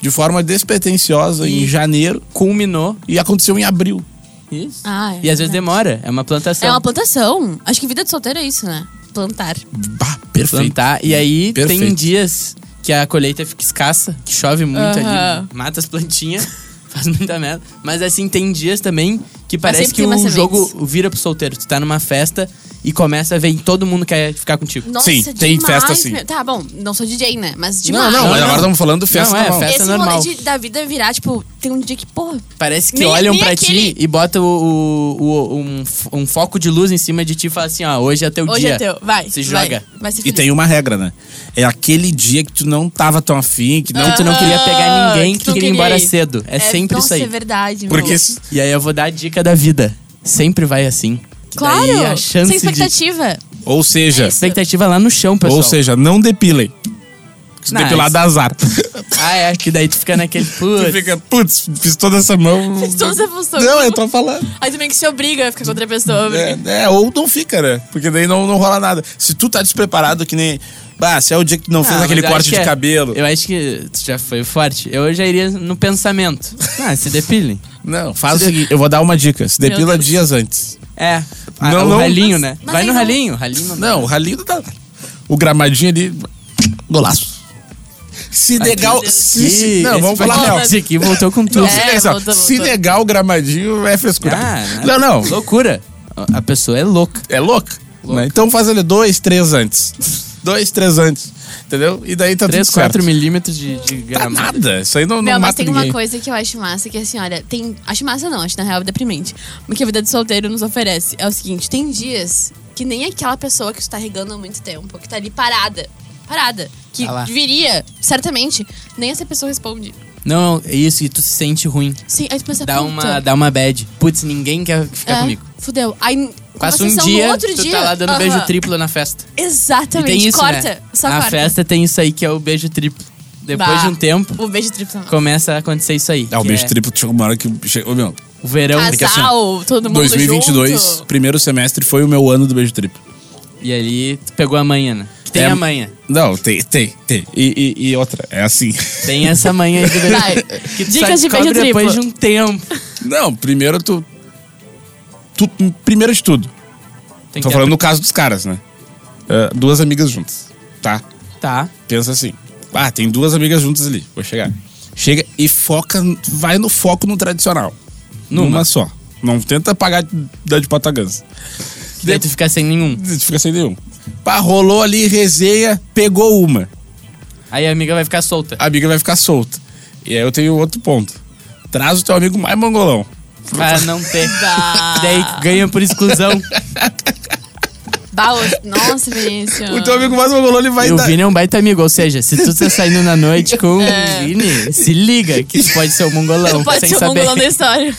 A: de forma despretensiosa em janeiro
B: Culminou.
A: e aconteceu em abril.
B: Isso.
C: Ah, é
B: e às vezes
C: verdade.
B: demora. É uma plantação.
A: então.
C: É uma plantação. Acho que vida de solteiro é isso, né? Plantar.
A: Bah, perfeito.
B: plantar. E aí tem
A: Perfeito.
B: dias que a colheita fica escassa, que chove muito
C: Aham.
B: ali, mata as plantinhas, faz muita merda. Mas assim, tem dias também que parece
C: sempre
B: que
C: tem umas
B: o jogo
C: sementes.
B: vira pro solteiro. Tu tá numa festa e começa a ver todo mundo quer ficar contigo.
C: Nossa,
A: Sim,
C: demais,
A: tem festa sim.
C: meu. Tá, bom, não sou DJ, né? Mas
A: Não,
C: demais.
A: não, mas
B: não.
A: agora estamos falando festa. tá
B: Não, é,
A: normal.
B: festa.
C: Esse
B: normal.
C: rolê de- da vida virar, tipo, tem um dia que, porra,
B: Parece que
C: Nem-
B: olham
C: nem
B: pra
C: aquele-
B: ti e botam o, o- o- um, f- um foco de luz em cima de ti e falam assim, ó, hoje é teu
C: hoje
B: dia.
C: é teu. Vai.
B: Se
C: vai,
B: joga.
C: Vai ser
A: E
C: feliz.
A: tem uma regra, né? É aquele dia que tu não tava tão afim, que não,
B: Não, tu não queria pegar ninguém, que tu
C: não
B: queria ir embora
C: Ah, queria ir.
B: cedo. É, sempre
C: nossa,
B: isso aí.
C: é verdade, meu.
A: Porque se-
B: E aí eu vou dar a dica da vida. Sempre vai assim. Que
C: Claro,
B: Daí a chance
C: sem
B: de...
C: expectativa.
A: Ou seja,
B: Expectativa lá no chão, É pessoal.
A: ou seja, não depilem. Se
B: Não,
A: depilar
B: isso-
A: dá azar.
B: Ah, é, que daí tu fica naquele...
A: tu
B: Putz,
A: fica, putz, fiz toda essa mão.
C: Fiz toda essa função.
A: Não, eu tô falando.
C: Aí também que se obriga a ficar com outra pessoa. obriga.
A: É, é, ou não fica, né? Porque daí não, não rola nada. Se tu tá despreparado, que nem. Ah, se é o dia que tu não
B: Ah,
A: fez
B: mas
A: aquele
B: eu acho
A: corte
B: que
A: de
B: é-
A: cabelo.
B: Eu acho que tu já foi forte. Eu já iria no pensamento. Ah, se depilem.
A: Não, faz o seguinte, eu vou dar uma dica. Se depila
C: Deus.
A: dias antes.
B: É. Ah,
A: Não,
B: o
A: não.
B: ralinho,
C: Mas-
B: né?
C: mas um
B: Vai
C: aí
B: no
C: não-
B: ralinho. Ralinho não.
A: Não, o ralinho tá. O gramadinho ali. Golaço. Se
C: um
A: negar.
C: né?
B: Deus.
A: Se, se,
B: Ih,
A: não,
B: esse
A: vamos falar
B: podcast
A: real.
B: aqui voltou com tudo.
A: Não, se,
C: É,
A: negar,
C: voltou,
A: se
C: voltou.
A: negar o gramadinho é frescura.
B: Ah,
A: não, não.
B: Loucura. A pessoa é louca.
A: É louco. né? Então faz ele dois, três antes. dois, três antes. Entendeu? E daí tá
B: 3,
A: tudo certo.
B: 4 milímetros de, de
A: Tá
B: gramado.
A: nada. Isso aí não, não
C: Meu, mas
A: mata
C: tem
A: ninguém.
C: uma coisa que eu acho massa, que assim, olha, tem. Acho massa não, acho na real deprimente. O que a vida de solteiro nos oferece é o seguinte: tem dias que nem aquela pessoa que tu tá regando há muito tempo, que tá ali parada, parada, que
B: Tá lá.
C: viria, certamente, nem essa pessoa responde.
B: Não, é isso, e tu se sente ruim.
C: Sim, aí tu pensa,
B: Dá
C: puta,
B: uma, dá uma bad. Putz, ninguém quer ficar
C: é,
B: comigo.
C: Fudeu. Aí
B: Passa um
C: conversação no
B: dia,
C: outro
B: tu
C: dia.
B: tá lá dando
C: aham.
B: beijo triplo na festa. E
C: Exatamente.
B: tem isso,
C: corta.
B: né?
C: Só
B: Na
C: corta.
B: festa tem isso aí que é o beijo triplo. Depois
C: Bah,
B: de um tempo,
C: O beijo triplo.
B: começa a acontecer isso aí.
A: É, o
B: que
A: bicho triplo chegou uma hora que. Chegou, meu,
B: O verão.
C: Casal,
A: porque assim,
C: todo mundo
A: 2022,
C: junto.
A: primeiro semestre, foi o meu ano do beijo triplo.
B: E ali tu pegou a manha, né? Que tem
A: É-
B: a manha.
A: Não, tem, tem, tem. E, e- e outra, é assim.
B: Tem essa manha aí do beijo
C: Vai.
B: Que tu
C: Dicas
B: só
C: de beijo
B: descobre depois de
C: triplo.
B: um tempo.
A: Não, primeiro tu. tu primeiro de tudo.
B: Tem
A: tô
B: que-
A: falando no caso dos caras, né? Ah, duas amigas juntas, tá?
B: Tá.
A: Pensa assim. Ah, tem duas amigas juntas ali, vou chegar. Chega e foca, vai no foco no tradicional. Numa, só. Não tenta pagar da de patagança.
B: Que daí tu fica sem nenhum.
A: Fica sem nenhum. Pá, rolou ali, resenha, pegou uma.
B: Aí a amiga vai ficar solta.
A: a amiga vai ficar solta. E aí eu tenho outro ponto. Traz o teu amigo mais mangolão.
B: Pra não ter. Daí ganha por exclusão.
C: Bah, o- Nossa, Vinícius.
A: O teu
B: Ah.
A: amigo mais mangolão ele vai
B: E o
A: dar.
B: Vini é um baita amigo, ou seja, se tu tá saindo na noite com
C: É.
B: o Vini, se liga que tu pode ser o mongolão.
C: Pode
B: sem
C: ser um o
B: saber.
C: mongolão da história.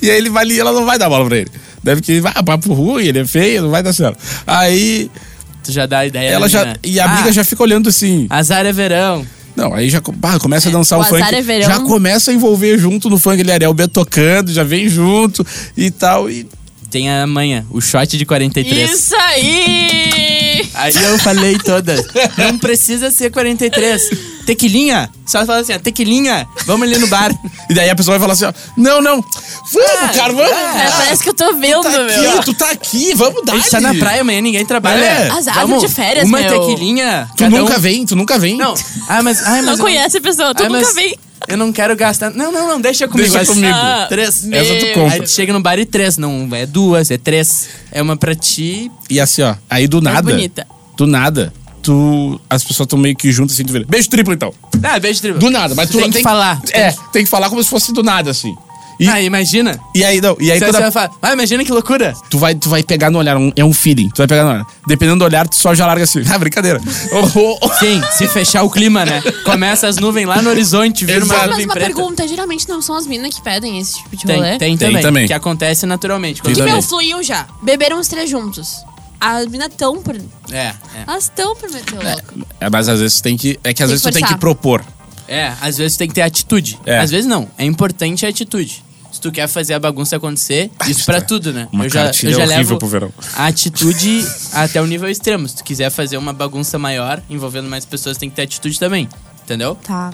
A: E aí ele vai ali e ela não vai dar bola pra ele. Deve que, ah, papo ruim, ele é feio, não vai dar certo. Aí
B: Tu já dá a ideia.
A: ela
B: né,
A: já.
B: menina?
A: E a amiga
B: Ah,
A: já fica olhando assim.
B: Azar é verão.
A: Não, aí já co- bah, começa a dançar
C: o
A: o,
C: azar
A: funk.
C: é verão.
A: Já começa a envolver junto no funk, ele é Ariel B tocando, já vem junto e tal. E
B: Tem a manha, o shot de 43.
C: Isso aí!
B: Aí eu falei todas. Não precisa ser 43. Tequilinha. Só fala assim, ó, tequilinha, vamos ali no bar.
A: E daí a pessoa vai falar assim, ó, não, não, vamos,
C: Ah,
A: cara, vamos.
B: É.
C: Cara, É, parece que eu tô vendo,
A: tu tá aqui,
C: meu.
A: tu tá aqui, vamos dar.
B: A gente tá na praia amanhã, ninguém trabalha.
A: É.
C: Azar, de férias,
B: Uma
C: meu.
B: tequilinha.
A: Tu
B: cada
A: nunca
B: um.
A: vem, tu nunca vem.
B: Não. Ah, mas. Ai, mas
C: Não
B: eu-
C: conhece a pessoa, tu
B: ai,
C: nunca
B: É, mas
C: vem.
B: Eu não quero gastar. Não, não, não, deixa comigo.
A: Deixa
B: Assim,
A: comigo.
B: ah, Três.
C: meu. Essa tu
A: compra.
B: Aí tu chega no bar e três. Não, é duas, é três. É uma pra ti.
A: E assim, ó, aí do nada,
C: É bonita.
A: do nada, tu, as pessoas tão meio que juntas assim, tu vê, beijo triplo então.
B: Ah, beijo tribal.
A: Do nada, mas tu
B: tem
A: não
B: que falar.
A: É, tem que falar como se fosse do nada, assim. E, É
B: Ah, imagina.
A: e aí, não, e aí
B: Você
A: quando a-
B: vai falar, ah, imagina que loucura.
A: tu, vai, tu vai pegar no olhar, um- é um feeling, tu vai pegar no olhar. Dependendo do olhar, tu só já larga assim, ah, brincadeira. Oh, oh, oh.
B: Sim, se fechar o clima, né? Começa as nuvens lá no horizonte, vira uma
A: Exato.
C: Mas
B: nuvem
C: uma
B: preta.
C: pergunta, geralmente não são as minas que pedem esse tipo de rolê?
B: Tem, tem, também,
A: também.
B: Que acontece naturalmente.
C: Que,
B: Quando-
C: meu, fluiu já. Beberam os três juntos. As minas tão... Por...
B: É,
C: Elas tão por meter o louco.
A: É, mas às vezes tem que, é que às
C: Tem
A: vezes
C: que
A: tu tem
C: forçar.
A: que propor.
B: é. É, às vezes tem que ter atitude.
A: É.
B: Às vezes não. É importante a atitude. Se tu quer fazer a bagunça acontecer, isso pra tudo, né?
A: Uma cartilha horrível pro verão.
B: a atitude até o nível extremo. Se tu quiser fazer uma bagunça maior, envolvendo mais pessoas, tem que ter atitude também. Entendeu?
C: Tá.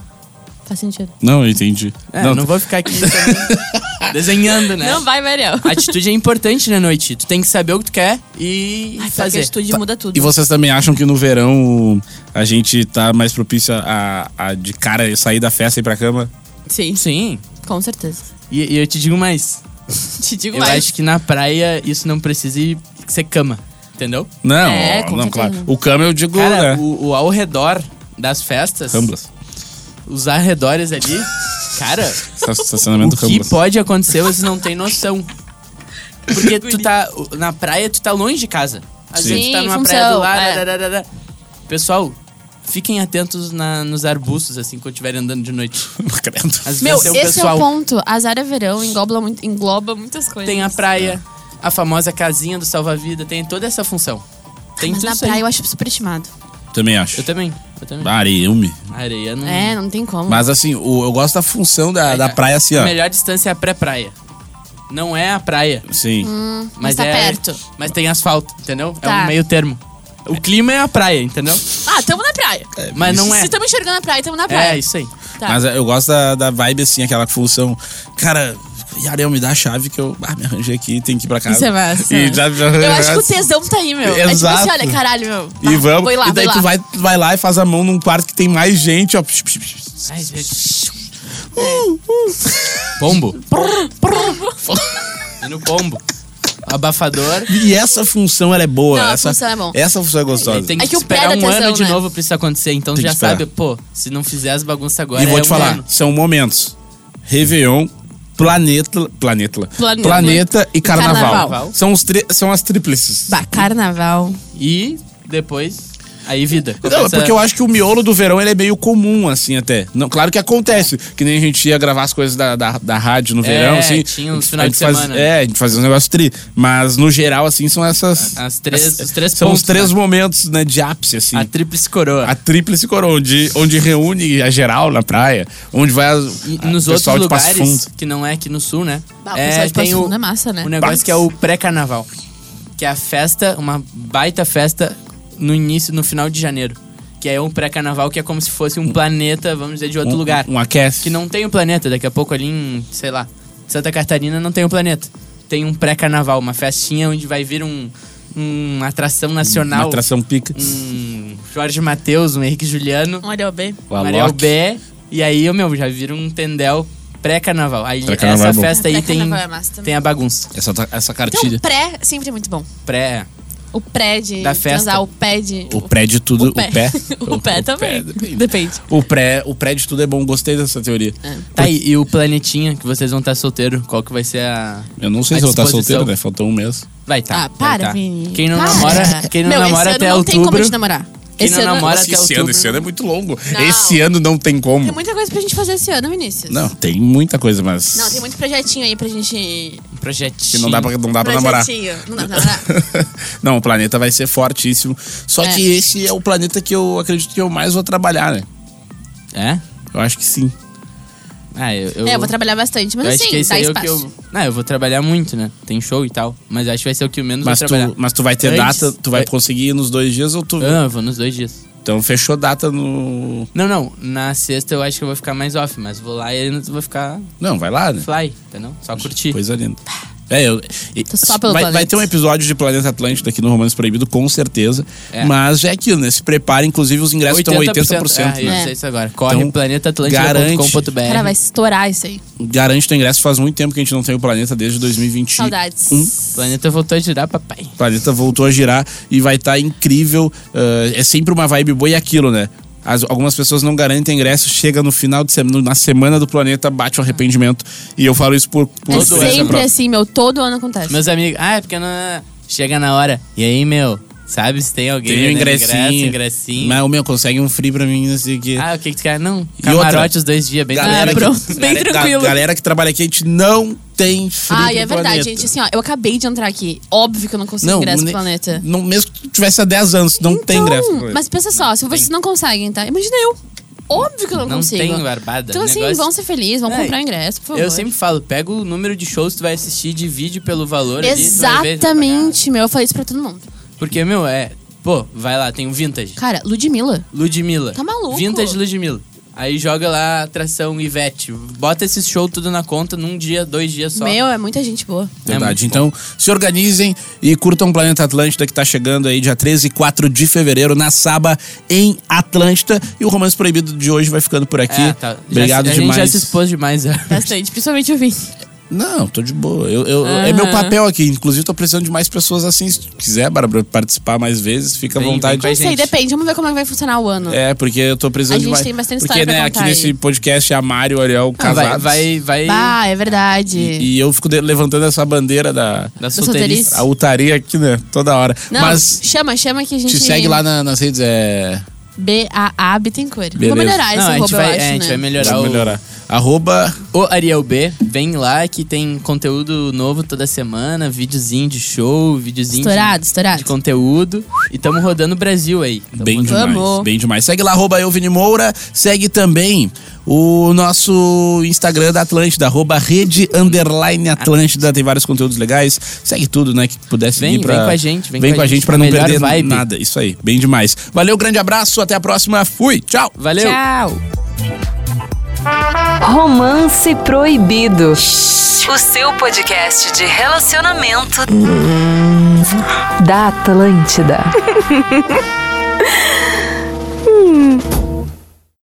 C: Faz sentido.
A: Não, eu entendi.
B: É, não, vou ficar aqui também desenhando, né?
C: Não vai, Mariel.
B: A atitude é importante na noite. Tu tem que saber o que tu quer e
C: Ai, tá fazer.
B: fazer.
C: a atitude muda tudo.
A: E vocês também acham que no verão a gente tá mais propício a, a de cara sair da festa e ir pra cama?
C: Sim,
B: Sim.
C: com certeza.
B: E, e eu te digo mais.
C: Te digo
B: eu
C: mais.
B: acho que na praia isso não precisa ir- ser cama. Entendeu?
A: Não,
C: É, com
A: não,
C: certeza
A: claro.
C: não.
A: O cama eu digo, né?
B: Cara, o, o ao redor das festas,
A: Ramblas.
B: os arredores ali, cara,
A: Esta-
B: o
A: Estacionamento
B: que
A: Ramblas.
B: pode acontecer vocês não têm noção. Porque tu tá na praia, tu tá longe de casa. Às
C: Sim.
B: vezes tu tá
C: Sim,
B: numa
C: função,
B: praia do lado.
C: é.
B: dararara. Pessoal, fiquem atentos na- nos arbustos, assim, quando estiverem andando de noite.
A: Credo.
B: Às
C: Meu,
B: vezes é o
C: esse é
B: pessoal
C: o ponto. Azar é verão, engloba, muito- engloba muitas coisas.
B: tem a praia, a famosa casinha do salva-vida, tem toda essa função. Tem
C: Mas
B: tudo
C: na
B: isso aí.
C: praia eu acho superestimado.
A: Também acho.
B: Eu também, eu também.
A: Areume.
B: Areia não...
C: É, não tem como.
A: Mas assim, o- eu gosto da função da, da praia assim,
B: A
A: ó.
B: melhor distância é a pré-praia. Não é a praia,
A: Sim.
B: mas,
C: mas tá
B: é...
C: perto.
B: Mas tem asfalto, entendeu? É
C: Tá.
B: um meio termo. O clima é a praia, entendeu?
C: Ah, tamo na praia.
B: Mas não é.
C: Se estamos enxergando a praia, tamo na praia.
B: É, isso aí.
C: Tá.
A: Mas eu gosto da, da vibe assim, aquela função. Cara, Yarel, me dá a chave que eu ah, me arranjei aqui, tem que ir pra casa.
C: Isso é massa.
A: E já, já,
C: Eu acho que o tesão tá aí, meu. É
A: Exato.
C: tipo assim, olha, caralho, meu.
A: E vamos.
C: Foi lá,
A: e daí
C: vou
A: tu
C: lá.
A: vai, vai lá e faz a mão num quarto que tem mais gente, ó.
B: Ai, gente. Pombo. É no pombo. Abafador.
A: E essa função ela é boa.
C: Não, a
A: essa,
C: função é bom.
A: Essa função é gostosa.
B: Aí tem que,
C: É que o pé
B: esperar
C: dá
B: um
C: tesão,
B: ano de
C: né?
B: novo pra isso acontecer. Então
A: Tem que
B: já
A: esperar.
B: sabe, pô, se não fizer as bagunças agora.
A: E vou
B: é
A: te
B: um
A: falar,
B: ano.
A: são momentos. Réveillon, planeta, planeta,
C: Planeta.
A: planeta e carnaval.
C: Carnaval. Tá.
A: São, os tri- são as tríplices.
C: Bah, carnaval.
B: E depois, aí vida.
A: Não, é
B: Começa-
A: porque eu acho que o miolo do verão ele é meio comum, assim, até. Não, claro que acontece. Que nem a gente ia gravar as coisas da, da, da rádio no verão, assim.
B: É, tinha uns
A: A
B: finais
A: gente
B: de
A: faz-
B: semana.
A: É, a gente fazia um negócio tri. Mas, no geral, assim, são essas...
B: As três- os três
A: São
B: pontos,
A: os três
B: né?
A: momentos, né, de ápice, assim.
B: A tríplice coroa.
A: A tríplice coroa, onde, onde reúne a geral na praia. Onde vai as,
B: E
A: a-
B: nos outros
A: Ah, pessoal de Passo
B: lugares,
A: Fundo.
B: que não é aqui no sul, né?
C: Bah, o pessoal de Passo Fundo é massa, né?
B: Um negócio
A: Bah.
B: que é o pré-carnaval. Que é a festa, uma baita festa no início, no final de janeiro. Que é um pré-carnaval que é como se fosse um planeta, vamos dizer, de outro
A: Um-
B: lugar.
A: Um aquece.
B: Que não tem o planeta, daqui a pouco ali em, sei lá, Santa Catarina não tem o planeta. Tem um pré-carnaval, uma festinha onde vai vir um, um atração nacional.
A: Uma atração pica.
B: Um Jorge Matheus, um Henrique Juliano.
C: Olha o B.
A: O Alok.
B: Mariel B. E aí, eu, meu, já vira um tendel pré-carnaval. Aí
A: Pré-carnaval é
B: essa
A: bom.
B: festa aí tem,
C: Pré-carnaval é massa também.
B: tem a bagunça.
A: Essa, essa
C: Então,
A: cartilha.
C: o pré sempre é muito bom.
B: Pré. é.
C: O pré de
B: Da festa.
C: transar, o pé de...
A: o pré de tudo. O pé.
C: o pé também.
A: depende.
C: Depende.
A: O pré, o pré de tudo é bom, gostei dessa teoria.
C: É.
B: Tá aí, e o planetinha que vocês vão estar solteiro, qual que vai ser a.
A: Eu não sei
B: A
A: se eu vou estar
B: disposição.
A: solteiro, né? Faltou um mês.
B: Vai tá. vai
C: Ah, para,
B: tá.
C: Vini.
B: Quem não
C: Para.
B: namora, quem não
C: Meu,
B: namora
C: esse
B: até
C: ano não tem como a
B: outubro.
C: gente namorar.
B: Quem
C: Esse
B: não
C: ano-
B: namora
C: Nossa,
B: até
A: Esse ano,
B: outubro.
A: esse ano é muito longo.
C: Não.
A: Esse ano não tem como.
C: Tem muita coisa pra gente fazer esse ano, Vinícius.
A: Não, tem muita coisa, mas.
C: Não, tem muito projetinho aí pra gente.
B: Projetinho.
A: que não dá pra, não dá pra namorar.
C: projetinho. Não dá pra namorar.
A: não, o planeta vai ser fortíssimo. Só
C: É.
A: que esse é o planeta que eu acredito que eu mais vou trabalhar, né?
B: É?
A: Eu acho que sim.
B: Ah, eu, eu,
C: É, eu vou trabalhar bastante, mas
B: eu acho que
C: assim,
B: esse
C: dá
B: aí é o
C: espaço.
B: que eu. Não, eu vou trabalhar muito, né? Tem show e tal. Mas eu acho que vai ser o que eu menos
A: Mas
B: vou
A: tu,
B: trabalhar.
A: mas tu vai ter
B: Antes-
A: data,
C: É.
A: tu vai conseguir ir nos dois dias ou tu.
B: Eu não, eu vou nos dois dias.
A: Então fechou data no.
B: Não, não. Na sexta eu acho que eu vou ficar mais off, mas vou lá e eu vou ficar
A: Não, vai lá, né?
B: fly, entendeu? Só curtir.
A: Coisa linda. É, eu. e-
C: só pelo
A: vai,
C: planeta.
A: vai ter um episódio de Planeta Atlântida aqui no Romance Proibido, com certeza.
B: É.
A: Mas é aquilo, né? Se prepara, inclusive os ingressos estão 80%.
B: É, eu
A: né?
C: É.
B: sei isso agora. Corre
A: Então,
C: Cara, vai
B: planetaatlântica.com.br.
C: estourar isso aí.
A: É. Garante teu ingresso, faz muito tempo que a gente não tem o Planeta desde 2021.
C: Saudades.
B: O planeta voltou a girar, papai.
A: O planeta voltou a girar e vai estar incrível. Ah, é sempre uma vibe boa e aquilo, né? As- algumas pessoas não garantem ingresso, chega no final de semana, na semana do planeta,
B: Ah.
A: bate o arrependimento. E eu falo isso por, por né?
C: É
A: experiência
C: sempre
A: própria.
C: assim, meu. Todo ano acontece.
B: Meus amigos, ah, é porque não. Chega na hora. E aí, meu? Sabe se tem alguém?
A: Tem o
B: vendendo
A: ingressinho.
B: Ingresso, ingressinho.
A: Mas o meu consegue um free pra mim, não sei o quê.
B: Ah, o que que tu quer? Não.
A: E outra?
B: Camarote os dois dias, Tá, bem
A: Galera
B: tranquilo.
A: que-
C: pronto. Bem
A: galera-
C: tranquilo.
A: ga- Galera que trabalha aqui, a gente não tem free
C: Ah,
A: pro
C: e é verdade,
A: planeta.
C: gente. Assim, ó, eu acabei de entrar aqui. Óbvio que eu não consigo
A: Não,
C: ingresso
A: ne-
C: pro planeta.
A: Não, mesmo que tu tivesse há 10 anos, não tem
C: Então,
A: ingresso. pro planeta.
C: Mas pensa só, se vocês não conseguem, tá? Imagina eu. Óbvio que eu não,
B: Não
C: consigo.
B: tem barbada.
C: Então, assim,
B: Negócio-
C: vão ser felizes, vão
B: É,
C: comprar o ingresso, por favor.
B: Eu sempre falo, pega o número de shows que tu vai assistir de vídeo pelo valor. ali, tu vai ver, tu vai
C: Exatamente, meu. Eu falei isso pra todo mundo.
B: pagar. Porque, meu, é. Pô, vai lá, tem o Vintage.
C: Cara, Ludmilla.
B: Ludmilla.
C: Tá maluco?
B: Vintage Ludmilla. Aí joga lá atração Ivete. Bota esse show tudo na conta num dia, dois dias só.
C: Meu, é muita gente boa.
A: Verdade.
B: muito
A: então, se organizem e curtam o Planeta Atlântida, que tá chegando aí dia 13 e 4 de fevereiro, na Saba, em Atlântida. E o Romance Proibido de hoje vai ficando por aqui.
B: É, tá. Já
A: Obrigado
B: se- a
A: demais.
B: gente já se expôs demais. é.
C: Bastante, principalmente o Vini.
A: Não, tô de boa. Eu, eu- É
C: Ah.
A: meu papel aqui. Inclusive, tô precisando de mais pessoas assim. Se tu quiser, Bárbara, participar mais vezes, fica à
B: Vem,
A: vontade.
B: vem
C: Não sei,
B: gente.
C: depende. Vamos ver como é que vai funcionar o ano.
A: É, porque eu tô precisando
C: A gente
A: de mais.
C: tem bastante
A: porque,
C: história pra
A: né,
C: contar
A: aqui
C: aí.
A: nesse podcast é a Mário e o Ariel
B: Ah, vai,
A: casados.
B: vai, vai.
C: Ah, é verdade.
A: E eu fico de- levantando essa bandeira da
B: Da
C: solteirice.
B: solteirice.
A: a altaria aqui, né? Toda hora.
C: Não,
A: Mas
C: chama, chama que a gente.
A: te segue lá na- nas redes, é.
C: BAA Bittencourt.
A: Beleza.
C: Vou melhorar esse
B: Não, a gente
C: roubo, eu
B: vai,
C: acho,
B: é, a gente
C: né?
B: vai melhorar,
A: Vamos
B: o,
A: melhorar. Arroba.
B: o Ariel B. Vem lá que tem conteúdo novo toda semana, videozinho de show, videozinho de-
C: Estourado,
B: de
C: estourado.
B: conteúdo. E tamo rodando o Brasil aí. Tamo
A: Bem
B: rodando.
A: demais,
C: Vamos.
A: bem demais. Segue lá, arroba eu, Vini Moura. Segue também o nosso Instagram da Atlântida, arroba rede underline Atlântida. Tem vários conteúdos legais. Segue tudo, né? Que puder seguir
B: Vem,
A: pra...
B: vem com a gente, vem
A: Vem
B: com a
A: com a
B: gente
A: gente pra
B: pra
A: não
B: melhor
A: perder
B: vibe.
A: nada. Isso aí, bem demais. Valeu, grande abraço, até a próxima. Fui, tchau.
B: Valeu!
E: Tchau. Romance Proibido. O seu podcast de relacionamento da Atlântida.